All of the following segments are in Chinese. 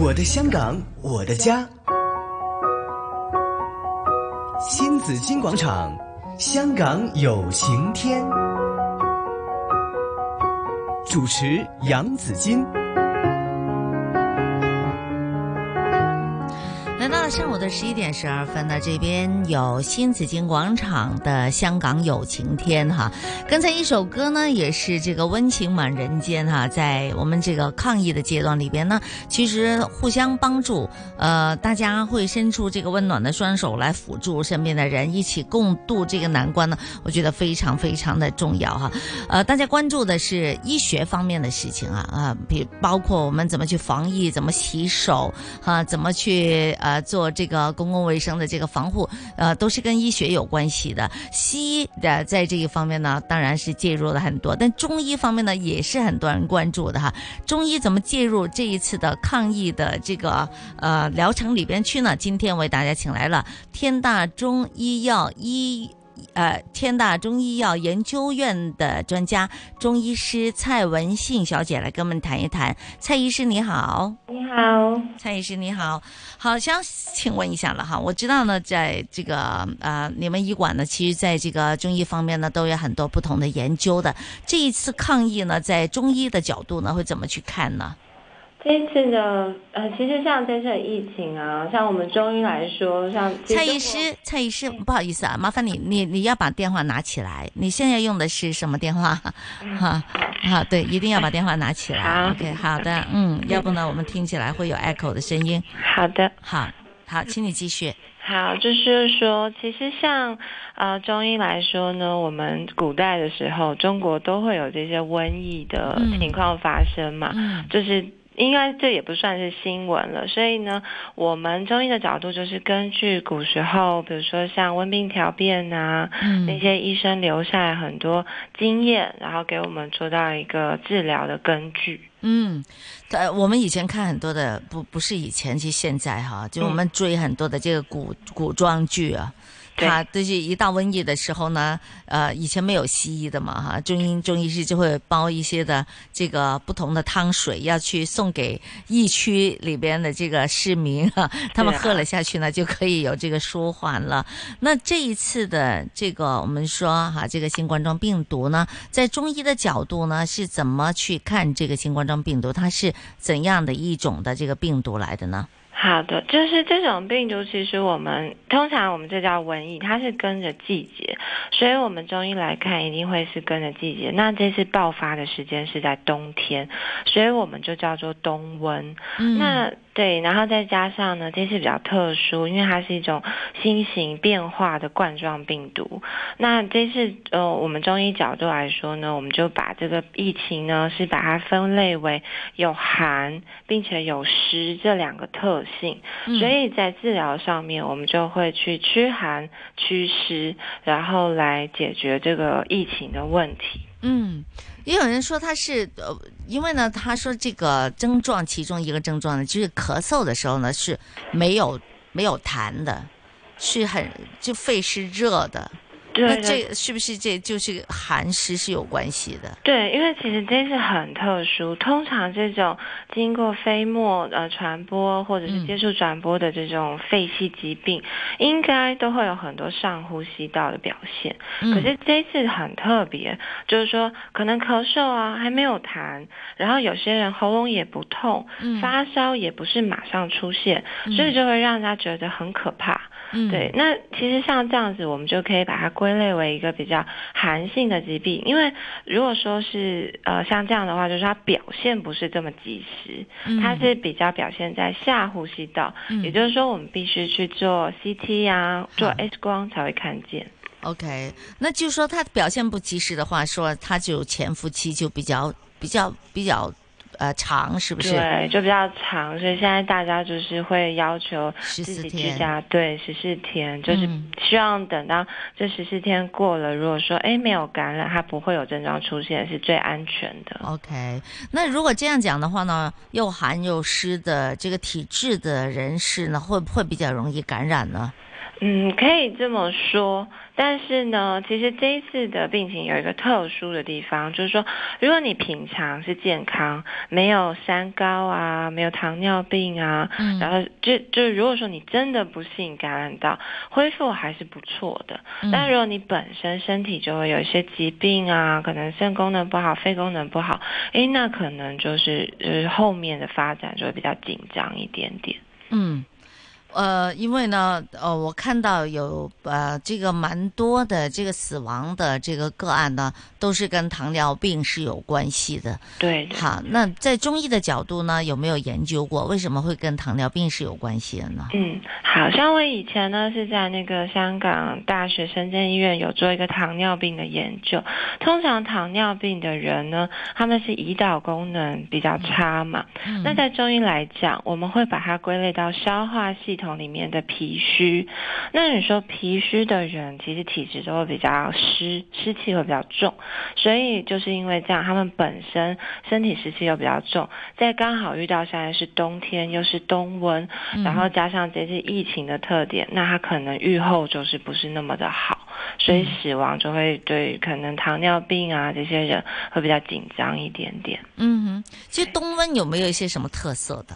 我的香港，我的家。新紫金广场，香港有晴天。主持杨紫金。来到了上午的十一点十二分呢，这边有新紫金广场的《香港有晴天》哈。刚才一首歌呢，也是这个温情满人间哈，在我们这个抗疫的阶段里边呢，其实互相帮助，呃，大家会伸出这个温暖的双手来辅助身边的人，一起共度这个难关呢，我觉得非常非常的重要哈。呃，大家关注的是医学方面的事情啊啊，比、包括我们怎么去防疫，怎么洗手啊，怎么去呃做这个公共卫生的这个防护，呃，都是跟医学有关系的。西医的在这一方面呢，当然是介入了很多，但中医方面呢，也是很多人关注的哈。中医怎么介入这一次的抗疫的这个呃疗程里边去呢？今天为大家请来了天大中医药医。呃，天大中医药研究院的专家中医师蔡文信小姐来跟我们谈一谈。蔡医师你好，你好，蔡医师你好，好想请问一下了哈，我知道呢，在这个呃你们医馆呢，其实在这个中医方面呢，都有很多不同的研究的。这一次抗疫呢，在中医的角度呢，会怎么去看呢？这一次呢，呃，其实像这次的疫情啊，像我们中医来说，像其实蔡医师，蔡医师，不好意思啊，麻烦你，你你要把电话拿起来。你现在用的是什么电话？哈、好，对，一定要把电话拿起来。好 OK，好的，嗯，要不呢，我们听起来会有 echo 的声音。好的，好，好，请你继续。好，就是说，其实像呃中医来说呢，我们古代的时候，中国都会有这些瘟疫的嗯情况发生嘛，嗯就是。应该这也不算是新闻了，所以呢，我们中医的角度就是根据古时候，比如说像温病调变啊，那嗯些医生留下来很多经验，然后给我们做到一个治疗的根据。嗯，呃，我们以前看很多的，不不是以前，其实现在哈，就我们追很多的这个古古装剧啊。对它就是一到瘟疫的时候呢，呃，以前没有西医的嘛，哈，中医中医师就会煲一些的这个不同的汤水，要去送给疫区里边的这个市民 哈、他们对啊喝了下去呢，就可以有这个舒缓了。那这一次的这个我们说哈、这个新冠状病毒呢，在中医的角度呢，是怎么去看这个新冠状病毒？它是怎样的一种的这个病毒来的呢？好的，就是这种病毒，其实我们通常我们这叫瘟疫，它是跟着季节，所以我们中医来看一定会是跟着季节。那这次爆发的时间是在冬天，所以我们就叫做冬瘟。嗯那对，然后再加上呢，这次比较特殊，因为它是一种新型变化的冠状病毒。那这次呃，我们中医角度来说呢，我们就把这个疫情呢是把它分类为有寒并且有湿这两个特性，嗯所以在治疗上面，我们就会去驱寒、驱湿，然后来解决这个疫情的问题。嗯，也有人说它是呃，因为呢，他说这个症状其中一个症状呢，就是咳嗽的时候呢是没有没有痰的，是很就肺是热的。对那这是不是这就是寒湿是有关系的？对，因为其实这是很特殊，通常这种经过飞沫呃传播或者嗯是接触传播的这种肺系疾病，应该都会有很多上呼吸道的表现。可嗯是这一次很特别，就是说可能咳嗽啊还没有痰，然后有些人喉咙也不痛，嗯发烧也不是马上出现，所以就会让人家觉得很可怕。嗯，对，那其实像这样子，我们就可以把它归类为一个比较寒性的疾病，因为如果说是呃像这样的话，就是它表现不是这么及时，嗯它是比较表现在下呼吸道，嗯也就是说我们必须去做 CT 啊，做好 X 光才会看见。 OK，那就说他表现不及时的话，说他就潜伏期就比较比较比较呃长，是不是？对，就比较长，所以现在大家就是会要求十自四己居天。家对十四天，就是嗯希望等到这十四天过了，如果说哎没有感染，它不会有症状出现，是最安全的。 OK，那如果这样讲的话呢，又寒又湿的这个体质的人士呢，会不会比较容易感染呢？嗯，可以这么说，但是呢，其实这一次的病情有一个特殊的地方，就是说，如果你平常是健康，没有三高啊，没有糖尿病啊，嗯然后就就如果说你真的不幸感染到，恢复还是不错的。嗯但如果你本身身体就会有一些疾病啊，可能肾功能不好、肺功能不好，诶，那可能就是呃后面的发展就会比较紧张一点点。嗯，呃，因为呢，呃，我看到有呃这个蛮多的这个死亡的这个个案呢，都是跟糖尿病是有关系的。对的。好，那在中医的角度呢，有没有研究过为什么会跟糖尿病是有关系的呢？嗯，好像我以前呢是在那个香港大学深圳医院有做一个糖尿病的研究。通常糖尿病的人呢，他们是胰岛功能比较差嘛。嗯那在中医来讲，我们会把它归类到消化系统里面的脾虚。那你说脾虚的人，其实体质都会比较湿，湿气会比较重，所以就是因为这样，他们本身身体湿气又比较重，再刚好遇到现在是冬天，又是冬温，然后加上这次疫情的特点，那它可能愈后就是不是那么的好，所以死亡就会对可能糖尿病啊这些人会比较紧张一点点。嗯哼，其实冬温有没有一些什么特色的？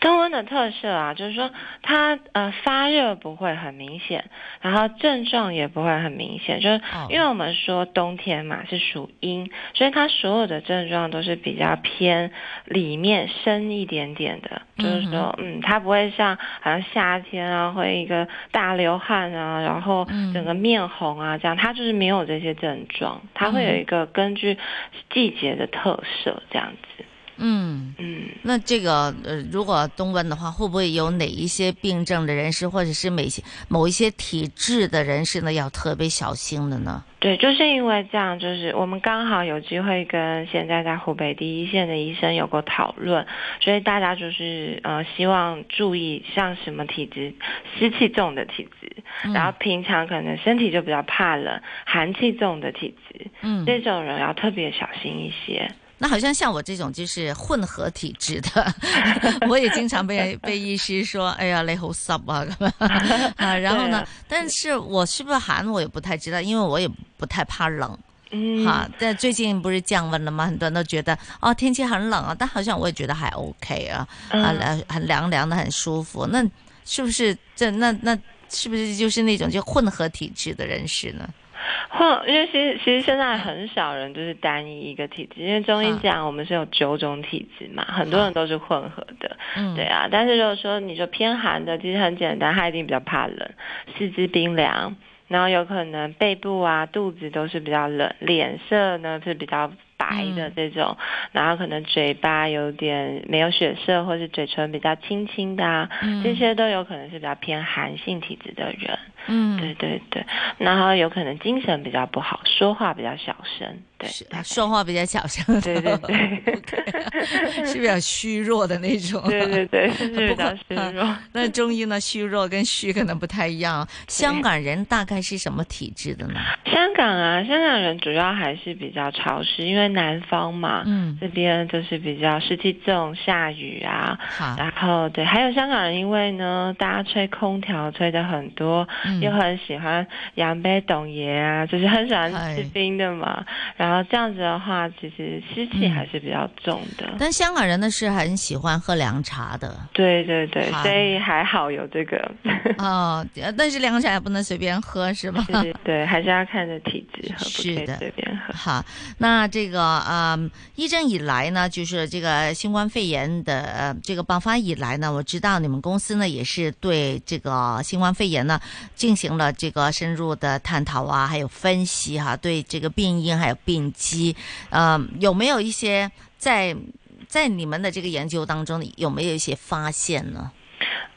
冬温的特色啊，就是说它呃发热不会很明显，然后症状也不会很明显，就是哦因为我们说冬天嘛是属阴，所以它所有的症状都是比较偏里面深一点点的，就是说嗯，它不会像好像夏天啊会一个大流汗啊，然后嗯整个面红啊这样，它就是没有这些症状，它会有嗯一个根据季节的特色这样子，嗯，嗯。那这个呃，如果冬温的话，会不会有哪一些病症的人士，或者是某些某一些体质的人士呢，要特别小心的 呢？对，就是因为这样，就是我们刚好有机会跟现在在湖北第一线的医生有过讨论，所以大家就是呃希望注意像什么体质，湿气重的体质，嗯然后平常可能身体就比较怕冷，寒气重的体质，嗯，这种人要特别小心一些。那好像像我这种就是混合体质的， 我也经常被被医师说，哎呀，你好湿啊 咁 样啊。然后对呢啊，但是我是不是寒，我也不太知道，因为我也不太怕冷嗯，哈。但最近不是降温了吗？很多人都觉得哦天气很冷啊，但好像我也觉得还 OK 啊，啊嗯凉很凉凉的，很舒服。那是不是这那那是不是就是那种就混合体质的人士呢？或因为其实其实现在很少人就是单一一个体质，因为中医嗯讲我们是有九种体质嘛，很多人都是混合的。嗯，对啊，但是如果说你说偏寒的，其实很简单，他一定比较怕冷，四肢冰凉，然后有可能背部啊、肚子都是比较冷，脸色呢是比较白嗯的这种，然后可能嘴巴有点没有血色，或是嘴唇比较青青的啊，嗯这些都有可能是比较偏寒性体质的人。嗯对对对，然后有可能精神比较不好，说话比较小声。对，是大概说话比较小声。对对对是比较虚弱的那种。对对对，是比不过较虚弱。 那中医呢，虚弱跟虚可能不太一样。啊香港人大概是什么体质的呢？香港啊，香港人主要还是比较潮湿，因为南方嘛，嗯，这边就是比较湿气重，下雨啊。好，然后对，还有香港人，因为呢，大家吹空调吹的很多，嗯又很喜欢杨杯董爷啊，就是很喜欢嗨吃冰的嘛。然后这样子的话，其实湿气嗯还是比较重的。但香港人呢是很喜欢喝凉茶的对对对，嗨所以还好有这个，哦，呃但是凉茶也不能随便喝，是 吧？就是对，还是要看着体质喝，不可是以的随便喝。好，那这个啊、嗯疫症以来呢，就是这个新冠肺炎的呃这个爆发以来呢，我知道你们公司呢也是对这个新冠肺炎呢进行了这个深入的探讨啊，还有分析哈、对这个病因还有病机，呃，有没有一些在在你们的这个研究当中有没有一些发现呢？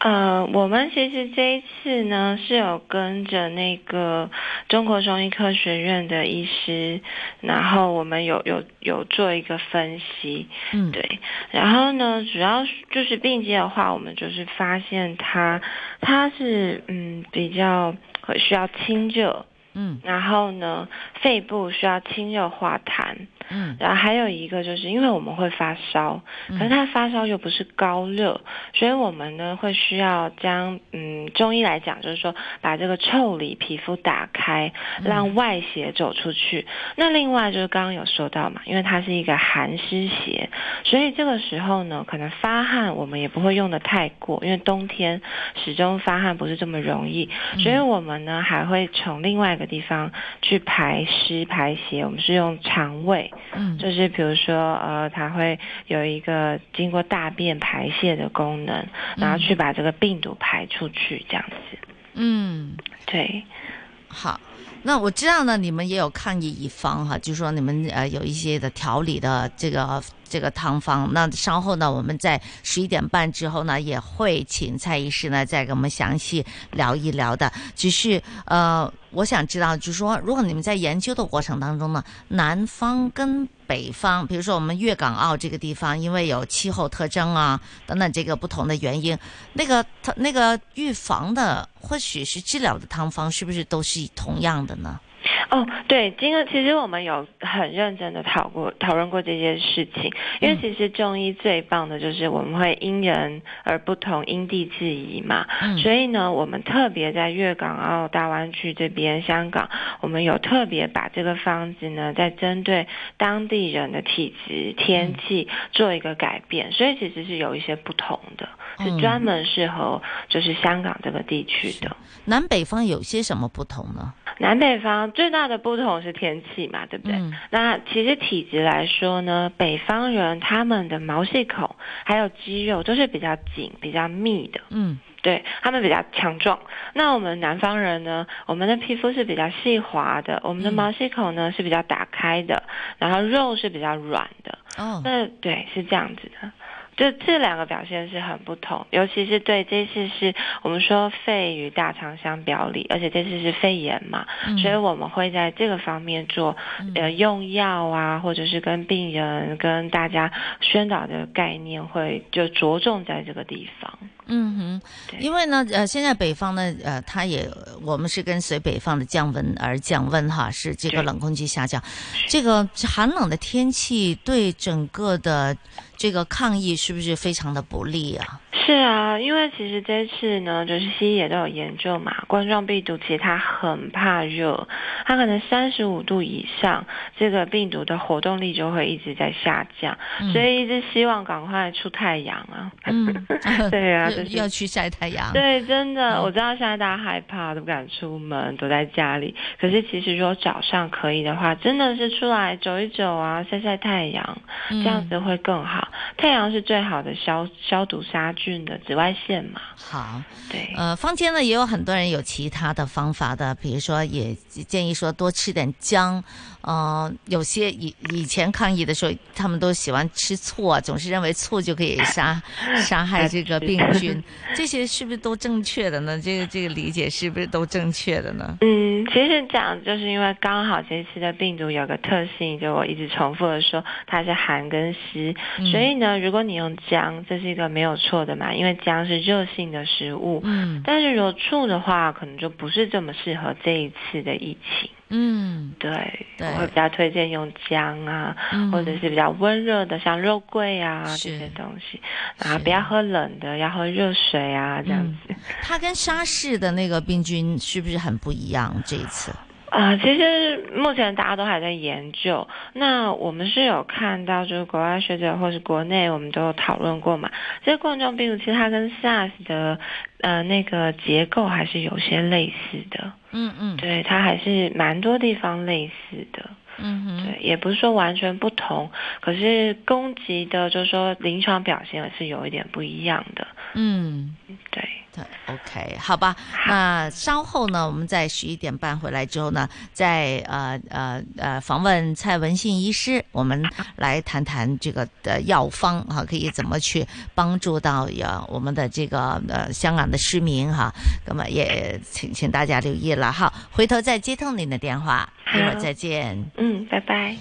呃，我们其实这一次呢是有跟着那个中国中医科学院的医师，然后我们有有有做一个分析，嗯，对，然后呢，主要是就是病机的话，我们就是发现它它是嗯比较需要清热，嗯然后呢肺部需要清热化痰，嗯然后还有一个就是因为我们会发烧，可是嗯它发烧又不是高热，所以我们呢会需要将嗯中医来讲，就是说把这个腠理皮肤打开，让外邪走出去。那另外就是刚刚有说到嘛，因为它是一个寒湿邪，所以这个时候呢，可能发汗我们也不会用的太过，因为冬天始终发汗不是这么容易，所以我们呢还会从另外一个地方去排湿排邪，我们是用肠胃。嗯就是比如说，呃，它会有一个经过大便排泄的功能，然后去把这个病毒排出去，这样子。嗯，对，好。那我知道呢，你们也有抗疫一方哈，就说你们呃有一些的调理的这个这个汤方。那稍后呢，我们在十一点半之后呢，也会请蔡医师呢再给我们详细聊一聊的。只是呃，我想知道，就是说，如果你们在研究的过程当中呢，南方跟北方，比如说我们粤港澳这个地方，因为有气候特征啊等等这个不同的原因，那个它那个预防的或许是治疗的汤方，是不是都是同样的呢？哦，对，今个其实我们有很认真的讨过讨论过这件事情，因为嗯其实中医最棒的就是我们会因人而不同，因地制宜嘛。嗯所以呢，我们特别在粤港澳大湾区这边，香港，我们有特别把这个方子呢，在针对当地人的体质、天气嗯做一个改变，所以其实是有一些不同的，是嗯专门适合就是香港这个地区的。南北方有些什么不同呢？南北方最大的不同是天气嘛，对不对？嗯那其实体质来说呢，北方人他们的毛细孔还有肌肉都是比较紧、比较密的，嗯对他们比较强壮。那我们南方人呢，我们的皮肤是比较细滑的，我们的嗯毛细孔呢是比较打开的，然后肉是比较软的。哦那对，是这样子的。就这两个表现是很不同，尤其是对这次是我们说肺与大肠相表里，而且这次是肺炎嘛，嗯所以我们会在这个方面做呃用药啊，或者是跟病人跟大家宣导的概念会就着重在这个地方。嗯哼，对因为呢，呃，现在北方呢，呃，它也我们是跟随北方的降温而降温哈，是这个对冷空气下降，这个寒冷的天气对整个的这个抗疫是不是非常的不利啊？是啊，因为其实这次呢，就是西医也都有研究嘛，冠状病毒其实它很怕热，它可能三十五度以上，这个病毒的活动力就会一直在下降，嗯所以一直希望赶快出太阳啊。嗯， 对啊， 要就是要去晒太阳。对，真的，嗯我知道现在大家害怕，都不敢出门，躲在家里。可是其实如果早上可以的话，真的是出来走一走啊，晒晒太阳，嗯，这样子会更好。太阳是最好的消消毒杀菌的紫外线嘛，嗯好。对。呃，坊间呢也有很多人有其他的方法的，比如说也建议说多吃点姜，呃，有些以以前抗疫的时候，他们都喜欢吃醋啊，总是认为醋就可以 杀杀害这个病菌，这些是不是都正确的呢？这个这个理解是不是都正确的呢？嗯，其实讲就是因为刚好这次的病毒有个特性，就我一直重复的说，它是寒跟湿，嗯所以呢，如果你用姜，这是一个没有错的嘛，因为姜是热性的食物，嗯但是如果醋的话，可能就不是这么适合这一次的疫情。嗯对，对我会比较推荐用姜啊，嗯，或者是比较温热的，像肉桂啊是这些东西，然后是不要喝冷的，要喝热水啊，这样嗯子。它跟沙士的那个病菌是不是很不一样？这一次，啊、其实目前大家都还在研究。那我们是有看到，就是国外学者或是国内，我们都有讨论过嘛。这个冠状病毒其实它跟 SARS 的呃那个结构还是有些类似的，嗯嗯对，它还是蛮多地方类似的。嗯哼，对，也不是说完全不同，可是攻击的，就是说临床表现是有一点不一样的。嗯。对，对，OK，好吧，那稍后呢，我们在十一点半回来之后呢，再呃呃呃访问蔡文信医师，我们来谈谈这个的药方哈、可以怎么去帮助到呃我们的这个呃香港的市民哈，那、么也请请大家留意了哈，回头再接通您的电话，一会儿好再见。嗯，拜拜。